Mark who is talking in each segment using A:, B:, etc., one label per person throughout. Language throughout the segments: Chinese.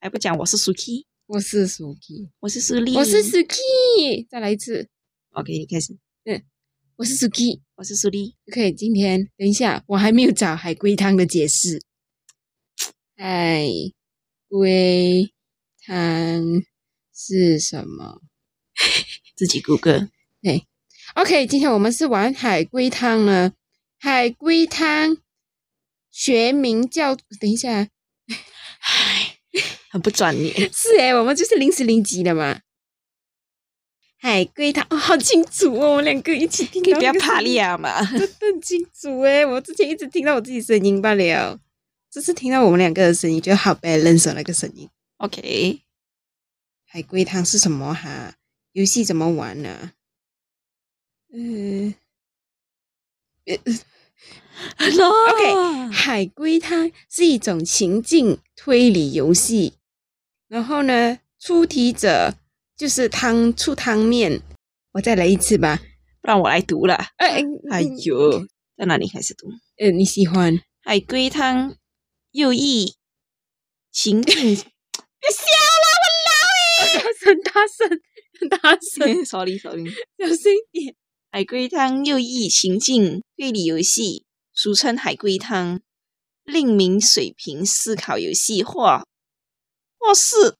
A: 还不讲我是 Suki，
B: 我是 Suki，
A: 我是苏丽，
B: 我是 Suki，再来一次，
A: OK，你开始，
B: 我是 Suki。
A: 我是苏丽。
B: OK，今天等一下，我还没有找海龟汤的解释。海龟汤是什么
A: 自己谷歌。
B: ？OK，今天我们是玩海龟汤呢。海龟汤学名叫……等一下，
A: 唉，很不专业。
B: 是诶，我们就是临时临急的嘛。海龟汤哦，好清楚哦，我们两个一起 听
A: 你
B: 到
A: 不
B: 那
A: 要
B: 个声音，
A: 怕利亚嘛。
B: 真的很清楚诶，我之前一直听到我自己声音罢了，这次听到我们两个的声音，觉得好 balance 哦那个声音。
A: OK，
B: 海龟汤是什么啊哈？游戏怎么玩呢、啊？嗯、
A: no。
B: OK 海龟汤是一种情境推理游戏，然后呢，出题者就是汤出汤面。我再来一次吧。
A: 不然我来读了。
B: 哎、哎
A: 哎，呦，在哪里开始读？
B: 呃，你喜欢？
A: 海龟汤又一情 境
B: 大声，大声，大 声，
A: ，sorry sorry，
B: 小声一点。
A: 海龟汤又一情境推理游戏，俗称海龟汤，另名水平思考游戏或或是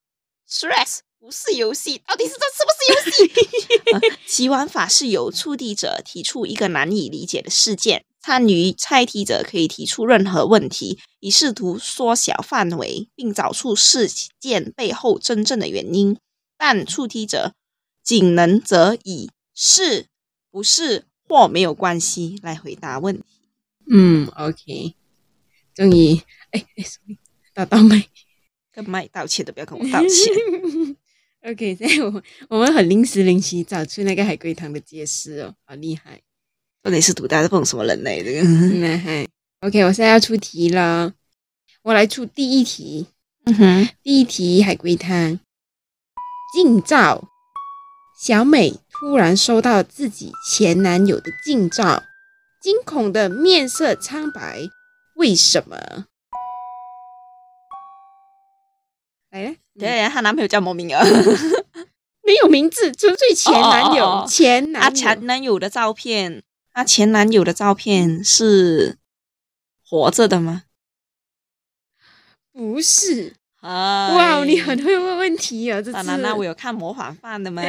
A: stress 不是游戏，到底是这是不是游戏？呃其玩法是由出题者提出一个难以理解的事件，参与猜题者可以提出任何问题，以试图缩小范围，并找出事件背后真正的原因。但出题者仅能则以是、不是或没有关系来回答问题。
B: 嗯，OK。终于，哎哎，sorry，打到麦。
A: 跟麦道歉都不要跟我道歉。
B: OK，所以我们我们很临时临时找出那个海龟汤的解释哦，好 厉害！
A: 到底是毒大这种什么人类？这个，
B: 嗯嗨，OK，我现在要出题了，我来出第一题。
A: 嗯哼，
B: 第一题海龟汤。近照，小美突然收到自己前男友的近照，惊恐的面色苍白，为什么？来了，
A: 等一下，她男朋友叫莫名啊，
B: 嗯没有名字，纯粹前男友，
A: 哦哦哦哦
B: 前
A: 她
B: 男友。
A: 前男友的照片，她前男友的照片是活着的吗？
B: 不是，
A: 啊
B: 哇，你很会问问题哦，这
A: 当然啦，我
B: 次
A: 有看模仿犯 的嘛。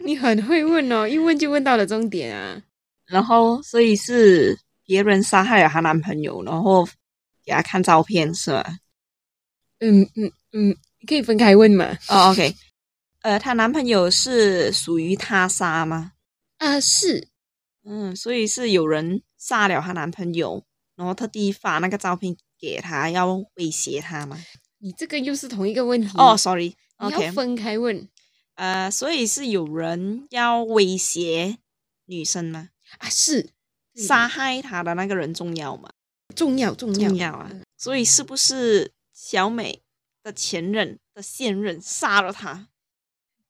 B: 你很会问哦，一问就问到了终点啊。
A: 然后，所以是别人杀害了她男朋友，然后给她看照片是吗？
B: 嗯嗯嗯，你可以分开问嘛？
A: 哦，OK，呃，她男朋友是属于他杀吗？
B: 啊，是，
A: 嗯，所以是有人杀了她男朋友，然后特地发那个照片给她，要威胁她吗？
B: 你这个又是同一个问题
A: 哦、s o r r y
B: 你
A: o
B: 要
A: k
B: 分开问
A: 呃，所以是有人要威胁女生吗？
B: 啊，是对
A: 杀害她的那个人重要吗？
B: 重要重要
A: 重要啊！所以是不是小美的前任的现任杀了她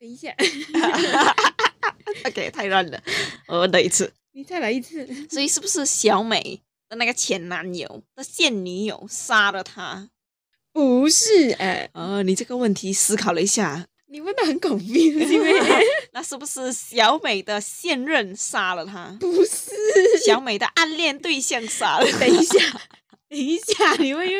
B: 等一 下，
A: ？OK，太乱了，我等一次。
B: 你再来一次。
A: 所以是不是小美的那个前男友的现女友杀了她？
B: 不是，啊，
A: 呃，你这个问题思考了一下，
B: 你问的很恐怖，因 为？
A: 那是不是小美的现任杀了她
B: 不是。
A: 小美的暗恋对象杀了
B: 等一下，等一下，你们又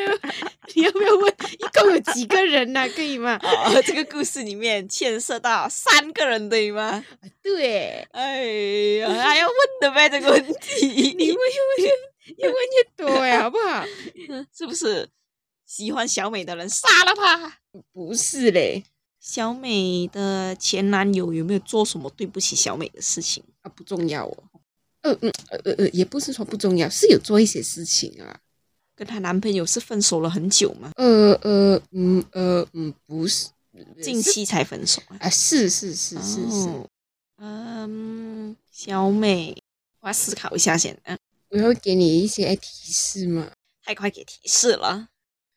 B: 你要不要问一共有几个人呢、可以吗？
A: 她？ 哦，这个故事里面牵涉到三个人，对吗？
B: 对，
A: 哎呀，还要问的呗这个问题，
B: 你问越问越越问越多呀，好不好？
A: 是不是喜欢小美的人杀了她？
B: 不是嘞，
A: 小美的前男友有没有做什么对不起小美的事情？
B: 啊，不重要哦。呃嗯呃呃呃，也不是说不重要，是有做一些事情啊。
A: 跟她男朋友是分手了很久吗？
B: 呃呃嗯呃嗯，不是，
A: 近
B: 是
A: 期才分手啊？
B: 啊，是是是是是，
A: 哦嗯，小美，我要思考一下先。嗯，
B: 我要给你一些哎提示嘛。
A: 太快给提示了，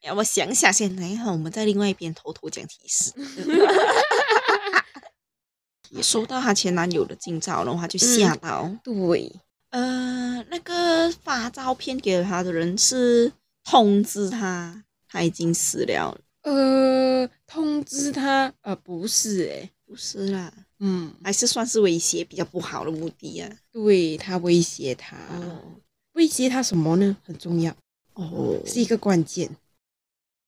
A: 让我想一下先。等一下，我们在另外一边偷偷讲提示。 也收到她前男友的近照，然后她就吓到。
B: 对，
A: 呃，那个发照片给她的人是通知她她已经死了，
B: 呃，通知他，呃，不是、欸，诶，
A: 不是啦，
B: 嗯，
A: 还是算是威胁比较不好的目的啊。
B: 对他威胁他，威胁他什么呢？很重要，
A: 哦，
B: 是一个关键。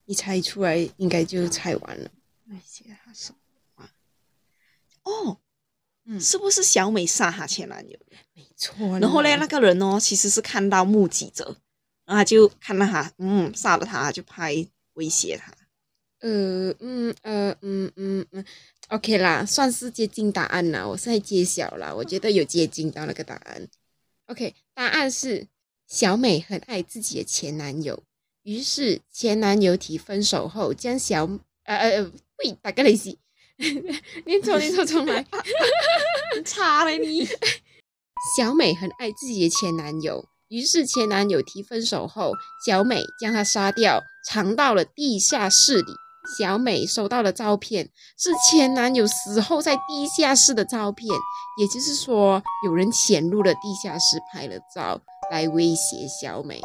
B: 你猜出来应该就猜完了。
A: 威胁他什么啊？哦，
B: 嗯
A: 是不是小美杀她前男友？
B: 没错啦。
A: 然后呢，那个人哦，其实是看到目击者，然后他就看到他，嗯，杀了他，就拍威胁他。
B: 呃，嗯，呃，嗯，嗯，嗯，OK 啦，算是接近答案啦。我现在揭晓了，我觉得有接近到那个答案。OK，答案是小美很爱自己的前男友，于是前男友提分手后，将小呃呃呃，喂，打个雷西， 念错念错，重来。
A: 很差嘞你！
B: 小美很爱自己的前男友，于是前男友提分手后，小美将他杀掉，藏到了地下室里。小美收到的照片是前男友死后在地下室的照片，也就是说，有人潜入了地下室拍了照来威胁小美，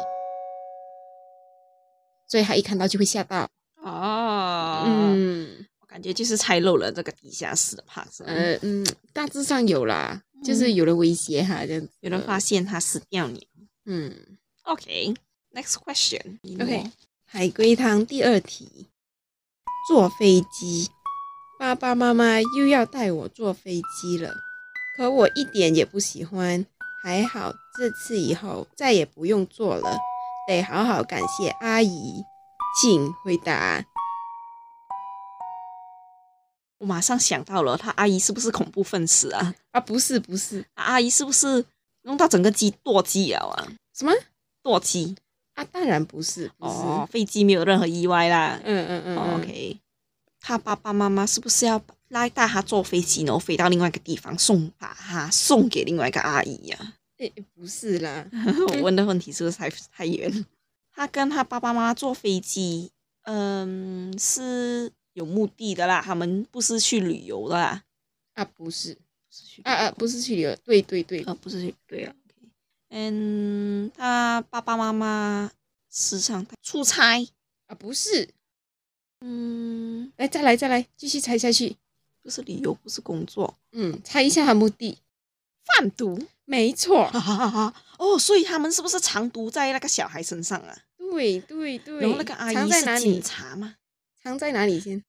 B: 所以她一看到就会吓到。
A: 哦，嗯，
B: 嗯，
A: 我感觉就是猜漏了这个地下室的 part，是吧
B: 呃，嗯，大致上有啦，就是有人威胁她这样子。
A: 嗯有人发现他死掉你。
B: 嗯。
A: OK，next、question。
B: OK，海龟汤第二题，坐飞机，爸爸妈妈又要带我坐飞机了，可我一点也不喜欢。还好这次以后再也不用坐了，得好好感谢阿姨。请回答。
A: 我马上想到了，他阿姨是不是恐怖分子啊？
B: 啊，不是不是，
A: 他阿姨是不是弄到整个机堕机了啊？
B: 什么
A: 堕机
B: 啊？当然不是，不是。
A: 哦，飞机没有任何意外啦。
B: 嗯嗯嗯、
A: 哦
B: 嗯
A: OK，他爸爸妈妈是不是要来带他坐飞机，然后飞到另外一个地方送把他送给另外一个阿姨 呀、
B: 诶不是啦。
A: 我问的问题是不是太太远？他跟他爸爸妈妈坐飞机，嗯，是有目的的啦，他们不是去旅游的啦，
B: 啊，不是。
A: 不是去旅
B: 啊啊，不是去旅游。对对对，
A: 呃，不是去对啊。OK 嗯，他爸爸妈妈时常出差，
B: 啊，不是。
A: 嗯，
B: 来，再来再来，继续猜下去。
A: 不是旅游，不是工作，
B: 嗯，猜一下他目的。
A: 贩毒。
B: 没错，
A: 哈哈哈！哦，所以他们是不是藏毒在那个小孩身上啊？
B: 对对对。
A: 然后那个阿
B: 藏
A: 姨
B: 在哪
A: 是警
B: 里？
A: 察嘛，
B: 藏在哪里先？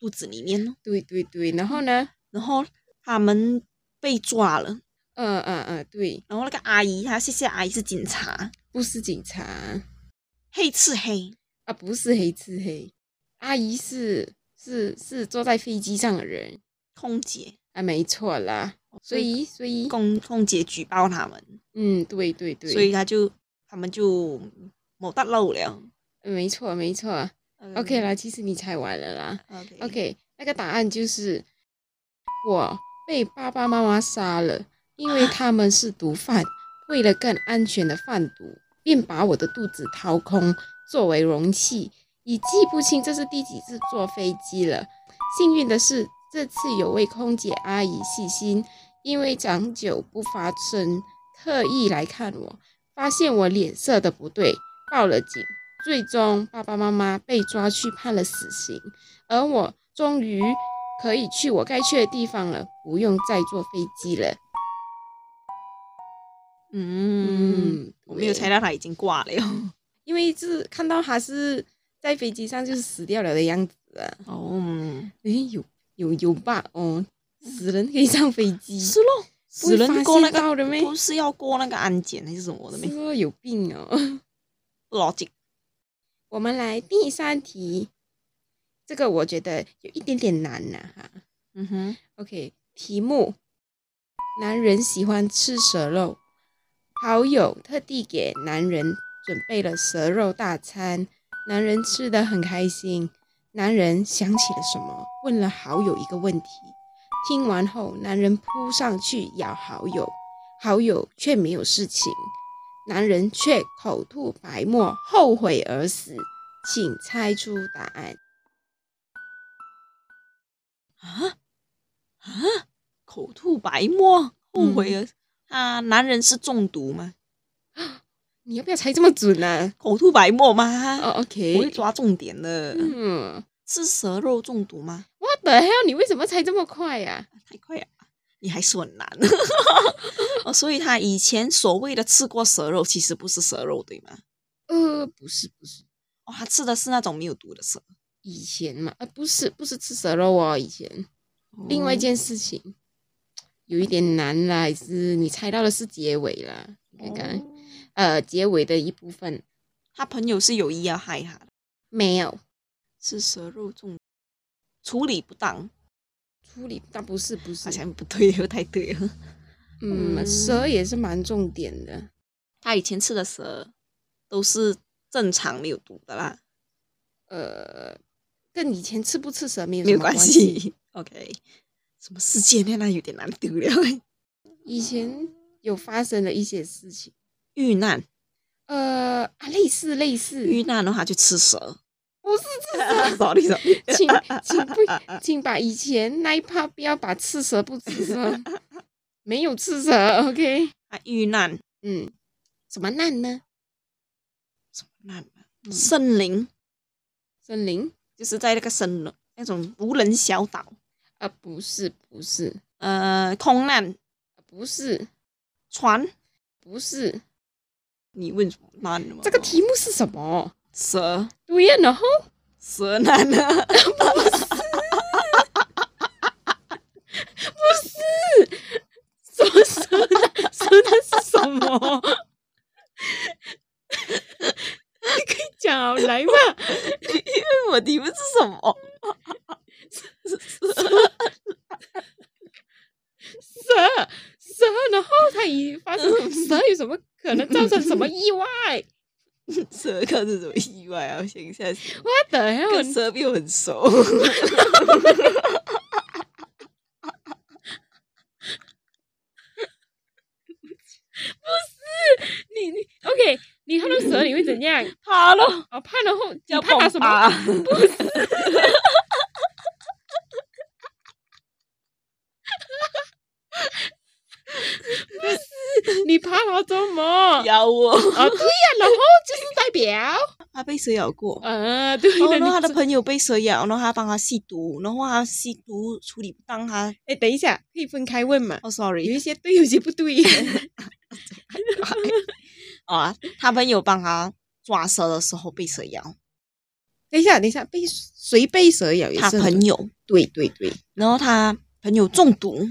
A: 肚子里面咯。
B: 对对对，然后呢？
A: 然后他们被抓了，嗯
B: 呃呃呃，对，
A: 然后那个阿姨，她谢谢阿姨是警察，
B: 不是警察
A: 黑吃黑，
B: 啊，不是黑吃黑，阿姨是是是坐在飞机上的人
A: 空姐，哦
B: 啊，没错啦。所以所以，
A: 空空姐举报他们，
B: 嗯，对对对，
A: 所以他就他们就没得漏了。
B: 呃没错没错。
A: 嗯
B: OK 啦，其实你猜完了啦。
A: ，OK
B: OK，那个答案就是我被爸爸妈妈杀了，因为他们是毒贩，为了更安全的贩毒，便把我的肚子掏空作为容器。已记不清这是第几次坐飞机了。幸运的是，这次有位空姐阿姨细心，因为长久不发声，特意来看我，发现我脸色的不对，报了警。最终，爸爸妈妈被抓去判了死刑。而我终于可以去我该去的地方了，不用再坐飞机了。
A: 嗯，我没有猜
B: 到，
A: 到他已经挂了哟。
B: 因为就是看到他是在飞机上就是死掉了的样子啊，
A: 哦，
B: 诶，有有有吧？哦，死人可以上飞机，
A: 是咯，
B: 不
A: 死
B: 会
A: 人
B: 发
A: 过那
B: 现到
A: 个
B: 的咩
A: 不是要过那个安检还是什么的没
B: 说有病哦。
A: ？logic。
B: 我们来第三题，这个我觉得有一点点难呐、哈。
A: 嗯哼，
B: OK，题目：男人喜欢吃蛇肉，好友特地给男人准备了蛇肉大餐，男人吃得很开心。男人想起了什么，问了好友一个问题。听完后，男人扑上去咬好友，好友却没有事情，男人却口吐白沫，后悔而死。请猜出答案。
A: 啊啊！口吐白沫，后悔
B: 嗯
A: 了、啊！男人是中毒吗？
B: 你要不要猜这么准呢、啊
A: 口吐白沫吗？
B: 哦、o
A: 我会
B: k
A: 抓重点的。
B: 嗯，
A: 是蛇肉中毒吗？
B: What the hell？你为什么猜这么快呀、
A: 太快了，你还说 很难。哦，所以他以前所谓的吃过蛇肉，其实不是蛇肉，对吗？
B: 呃，不是不是，
A: 哦，他吃的是那种没有毒的蛇。
B: 以前嘛，呃，不是不是吃蛇肉哦，以前。另外一件事情，有一点难啦，也是你猜到的是结尾啦，
A: 哦，
B: 看看，呃，结尾的一部分
A: 他朋友是有意要害他的，
B: 没有
A: 是蛇肉中毒，处理不当，
B: 处理，但不是不
A: 好
B: 是，
A: 像不对，又太对了。
B: 嗯，
A: 嗯
B: 蛇也是蛮重点的，
A: 他以前吃的蛇都是正常没有毒的啦，
B: 呃，跟以前吃不吃蛇没有
A: 没
B: 什
A: 有
B: 么关
A: 关
B: 系。
A: 系。OK，什么事件呢？那有点难丢了。
B: 以前有发生了一些事情，
A: 遇难，
B: 呃，啊，类似类似，
A: 遇难的话就吃 蛇。
B: 不是
A: 是，sorry sorry，
B: 请请不请把以前那一趴不要把吃蛇不吃蛇，没有吃蛇，OK？
A: 啊，遇难，
B: 嗯，什么难呢？
A: 难，
B: 嗯
A: 森林
B: 森林？
A: 就是在那个森林那种无人小岛，
B: 啊，不是不是
A: 呃，空难
B: 不是
A: 船。
B: 不是，
A: 你问什么难吗？
B: 这个题目是什么？
A: 蛇
B: 对呀，然后
A: 蛇难啊，
B: 什么蛇呢？蛇呢是什么？ 你可以讲好来嘛，
A: 我题目是什么？
B: 蛇蛇，然后它已
A: 嗯
B: 发生蛇有什么可能造成什么意外？
A: 蛇可是什么意外啊？我想一下，
B: 我的呀，
A: 跟蛇病很熟。
B: 你你 OK，你看到蛇你会怎样？
A: 好 了，
B: 哦，怕然后你
A: 要
B: 怕它什么？
A: 蹦吧
B: 你怕它什么？
A: 咬 我，
B: 啊，对呀，然后就是代表，
A: 他被蛇咬过。
B: 啊，对
A: 然后
B: 了，
A: 然后他
B: 你
A: 的朋友被蛇咬，然后他帮他吸毒，然后他吸毒处理不当他，
B: 哎，等一下，可以分开问嘛？
A: 哦
B: 有
A: ，sorry
B: 一些对，有一些不对。
A: 啊，他朋友帮他抓蛇的时候被蛇咬，
B: 等一下，等一下，被谁被蛇咬也
A: 他
B: 是很
A: 朋友，
B: 对对对，
A: 然后他朋友中毒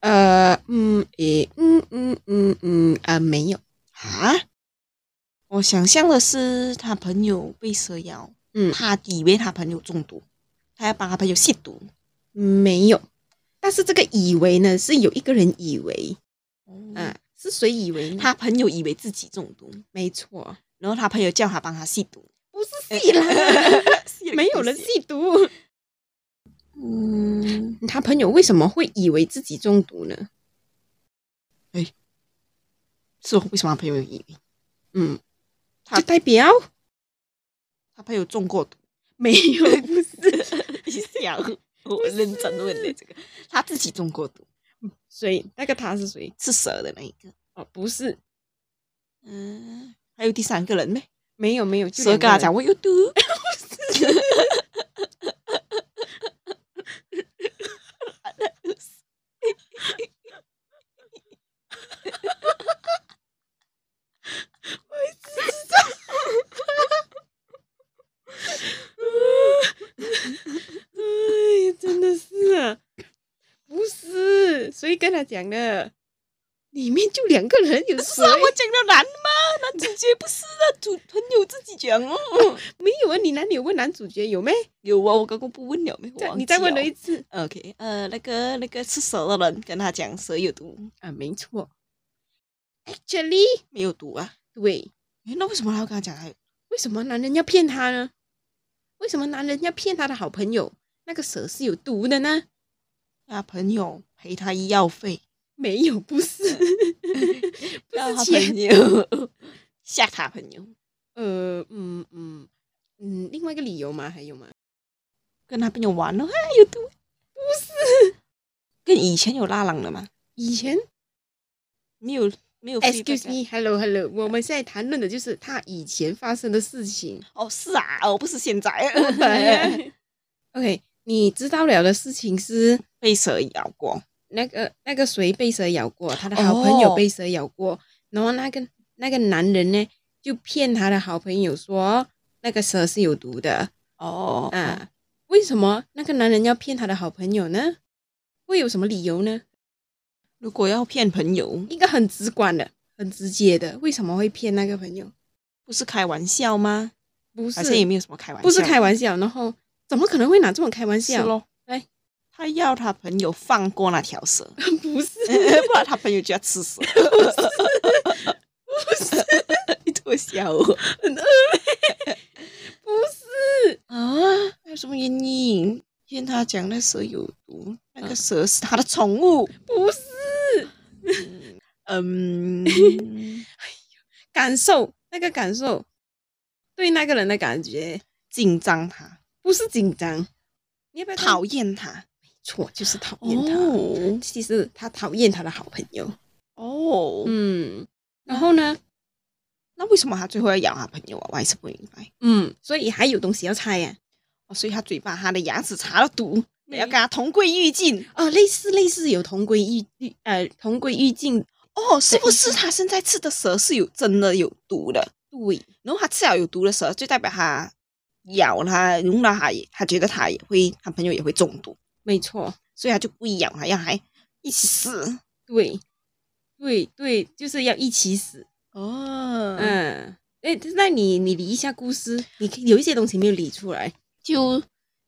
B: 呃，嗯，诶，嗯嗯嗯嗯，啊，没有，
A: 啊，我想象的是他朋友被蛇咬，
B: 嗯，
A: 他以为他朋友中毒，他要帮他朋友吸毒，
B: 没有。但是这个以为呢，是有一个人以为，
A: 嗯，
B: 啊，是谁以为呢？
A: 他朋友以为自己中毒，
B: 没错，
A: 然后他朋友叫他帮他 吸毒，
B: 不是戏啦，
A: 吸了
B: 哎 没有
A: 口
B: 人
A: 血
B: 吸毒。
A: 嗯，
B: 他朋友为什么会以为自己中毒呢？
A: 是为什么他朋友以为
B: 嗯，
A: 他
B: 就代表
A: 他朋友中过毒？
B: 没有， 不是，
A: 你想，我认真问的这个， 他自己中过毒，
B: 谁？那个他是谁？
A: 是蛇的那一个。
B: 哦，不是，
A: 嗯，还有第三个人没？
B: 没有没有，就
A: 蛇
B: 两个
A: 跟他
B: 人
A: 讲我有 毒，
B: 哎，真的是啊，不是，谁跟他讲的？里面就两个人，有
A: 是
B: 谁？
A: 啊，我讲的难吗？男主角不是啊，主朋友自己讲哦。
B: 没有啊，你哪里有问男主角有没？
A: 有啊，我刚刚不问了没？
B: 再
A: 我
B: 你再问
A: 了
B: 了一次
A: 啊 OK，呃，那个那个吃蛇的人跟他讲蛇有毒，
B: 啊，没错，actually，
A: 没有毒啊？
B: 对，
A: 诶那为什么他要跟他讲还有？
B: 为什么男人要骗他呢？为什么男人要骗他的好朋友？那个蛇是有毒的呢？
A: 他朋友赔他医药费，
B: 没有，不是，不
A: 让
B: 是
A: 他
B: 钱
A: 朋，友吓他朋友，
B: 呃，嗯嗯嗯，另外一个理由吗？还有吗？
A: 跟他朋友玩了，哎，有毒？不是，跟以前有拉郎了吗？
B: 以前
A: 没有，没有 feedback 啊。
B: Excuse me，Hello Hello，我们现在谈论的就是他以前发生的事情。
A: 哦，是啊，哦，不是现在。
B: 哎 OK，你知道了的事情是
A: 被蛇咬过。
B: 那个那个谁被蛇咬过，他的好朋友
A: 哦
B: 被蛇咬过，然后那个那个男人呢就骗他的好朋友说那个蛇是有毒的
A: 哦
B: 啊，为什么那个男人要骗他的好朋友呢？会有什么理由呢？
A: 如果要骗朋友，
B: 应该很直观的，很直接的，为什么会骗那个朋友？
A: 不是开玩笑吗？
B: 不是
A: 好，像也没有什么开玩笑，
B: 不是开玩笑，然后怎么可能会拿这种开玩
A: 是
B: 笑？
A: 咯。
B: 来，
A: 他要他朋友放过那条 蛇，
B: 不是，
A: 不然他朋友就要吃蛇。你多哦笑我
B: 不是，
A: 啊！还有什么原因？骗他讲那蛇有毒，那个
B: 嗯
A: 蛇是他的宠物。
B: 不是，
A: 嗯，
B: 感受那个感受，对那个人的感觉
A: 紧张他，
B: 不是紧张，你要不要看
A: 讨厌他，
B: 错，就是讨厌他。
A: 哦
B: 其实他讨厌他的好朋友。
A: 哦，
B: 嗯，然后呢？
A: 那为什么他最后要咬他朋友啊？我还是不明白。
B: 嗯，所以还有东西要猜啊呀、
A: 哦，所以他嘴巴、他的牙齿查了毒，
B: 嗯
A: 要跟他同归于尽。
B: 哦，类似类似有同归于尽，呃，同归于尽。
A: 哦，是不是他现在吃的蛇是有真的有毒的？
B: 对，
A: 然后他吃了有毒的蛇，就代表他咬他，弄到他也，他觉得他也会，他朋友也会中毒，
B: 没错，
A: 所以他就故意咬他，让他一起死。
B: 对，对对，就是要一起死。
A: 哦嗯，
B: 嗯，哎、那你你理一下故事，你可以有一些东西没有理出来
A: 就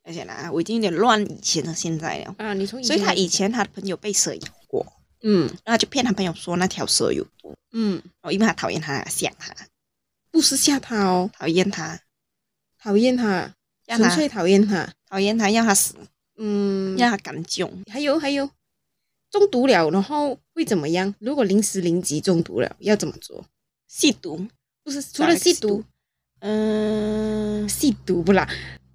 A: 而且啦，我已经有点乱以前的现在了。
B: 啊。你从
A: 所以他
B: 开始
A: 以前他的朋友被蛇咬过，
B: 嗯
A: 然后他就骗他朋友说那条蛇有毒，
B: 嗯，
A: 哦，因为他讨厌他，吓他，
B: 不是吓他哦，
A: 讨厌他，
B: 讨厌他，
A: 让
B: 纯
A: 他
B: 粹讨厌他。
A: 讨厌他，让他死，
B: 嗯，
A: 让他感囧，
B: 还有还有，中毒了，然后会怎么样？如果临时临急中毒了，要怎么做？
A: 吸毒，
B: 不是除了吸毒，
A: 嗯，
B: 吸毒不啦，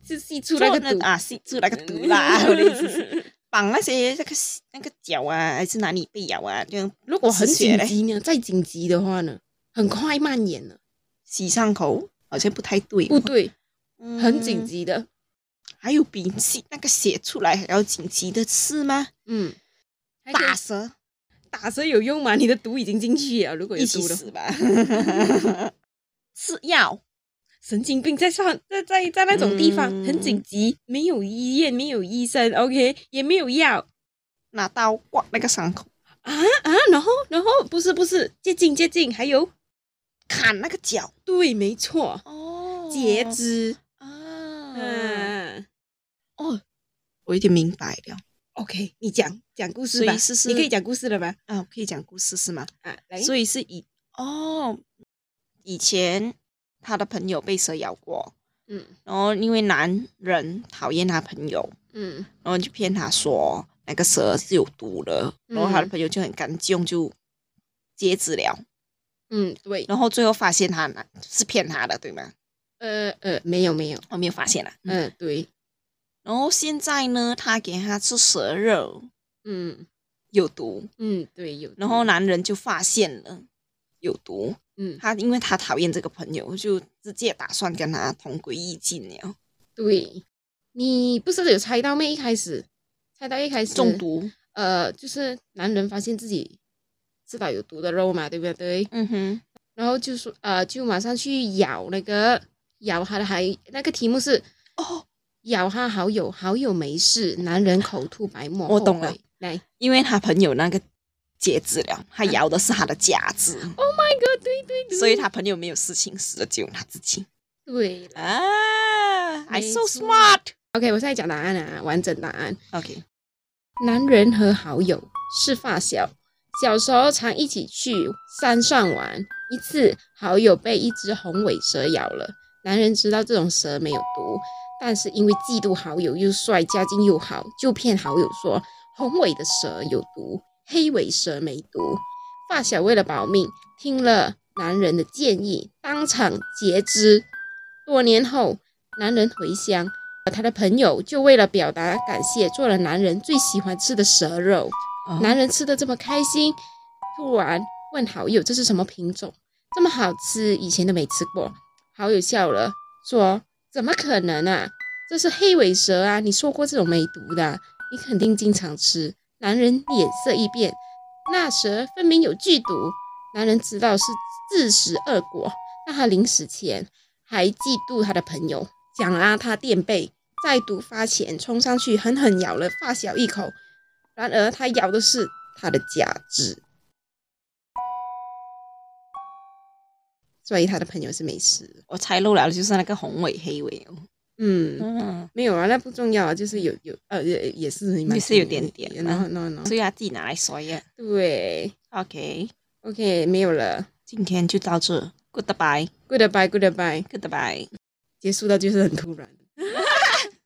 B: 是吸出
A: 做
B: 呃
A: 那个
B: 那个嗯毒，
A: 毒，啊，吸住那个毒啦 我的意思是绑那些那个那个脚啊，还是哪里被咬啊，这样
B: 如果很
A: 失血
B: 紧
A: 嘞
B: 急呢，再紧急的话呢，很快蔓延了。
A: 洗伤口好像不太对，
B: 不对，
A: 嗯
B: 很紧，急的。
A: 还有比吸那个血出来还要紧急的事吗？
B: 嗯，还可以
A: 打蛇
B: 打蛇有用吗？你的毒已经进去了，如果有
A: 一起
B: 毒的话，
A: 死吧， 吃药。
B: 神经病在上在在在那种地方、
A: 嗯
B: 很紧急，没有医院，没有医生，OK，也没有药。
A: 拿刀刮那个伤口，
B: 啊啊，然后然后不是不是接近接近，还有
A: 砍那个脚，
B: 对，没错，
A: 哦
B: 截肢。
A: 啊，
B: 嗯
A: 哦，我有点明白了
B: ，OK，你讲讲故事
A: 所以
B: 吧，
A: 是是
B: 你可以讲故事了吧？
A: 啊，我可以讲故事是吗？
B: 啊，来，
A: 所以是以哎哦，以前他的朋友被蛇咬过，
B: 嗯
A: 然后因为男人讨厌他朋友，
B: 嗯
A: 然后就骗他说那个蛇是有毒的，
B: 嗯
A: 然后他的朋友就很干净就截肢了，
B: 嗯，对，
A: 然后最后发现他拿是骗他的，对吗？
B: 呃呃，没有没有，
A: 我没有发现啊，嗯，
B: 嗯、对，
A: 然后现在呢，他给他吃蛇肉
B: 嗯
A: 有毒，
B: 嗯对有，
A: 然后？男人就发现了有毒，
B: 嗯，
A: 他因为他讨厌这个朋友，就直接打算跟他同归于尽了，
B: 对，你不是有猜到吗？一开始猜到一开始
A: 中，毒。
B: 呃，就是男人发现自己吃到有毒的肉嘛，对不对？
A: 嗯哼，
B: 然后就说呃，就马上去咬那个咬他的还那个题目是
A: 哦，
B: 咬他好友，好友没事，男人口吐白沫。
A: 我懂
B: 后悔
A: 了，
B: 来
A: 因为他朋友那个截肢了，他咬的是他的假肢，
B: ，Oh my god，对对对，
A: 所以他朋友没有事情死了，只有他自己
B: 对了
A: 啊，I
B: 没
A: so
B: 错
A: smart。
B: ，OK，我现在讲答案啊，完整答案。
A: OK，
B: 男人和好友是发小，小时候常一起去山上玩。一次，好友被一只红尾蛇咬了，男人知道这种蛇没有毒，但是因为嫉妒好友又帅、家境又好，就骗好友说红尾的蛇有毒，黑尾蛇没毒。发小为了保命，听了男人的建议，当场截肢。多年后，男人回乡，他的朋友就为了表达感谢，做了男人最喜欢吃的蛇肉。男人吃的这么开心，突然问好友这是什么品种，这么好吃，以前都没吃过。好友笑了，说：“怎么可能啊？这是黑尾蛇啊！你说过这种没毒的啊、你肯定经常吃。男人脸色一变，那蛇分明有剧毒。男人知道是自食恶果，但他临死前还嫉妒他的朋友，想拉他垫背，在毒发前冲上去狠狠咬了发小一口。然而他咬的是他的假肢，所以他的朋友是没事。
A: 我猜漏了的就是那个红尾黑尾哦。
B: 嗯，
A: 嗯，
B: 没有啊，那不重要啊，就是有有呃也也是蛮
A: 也是有点点
B: 然后然后
A: 所以他自己拿来摔呀。
B: 对
A: OK，
B: ，OK，没有了
A: 今天就到这，Goodbye，Goodbye。
B: ，Goodbye，Goodbye，
A: Goodbye
B: 结束的就是很突然。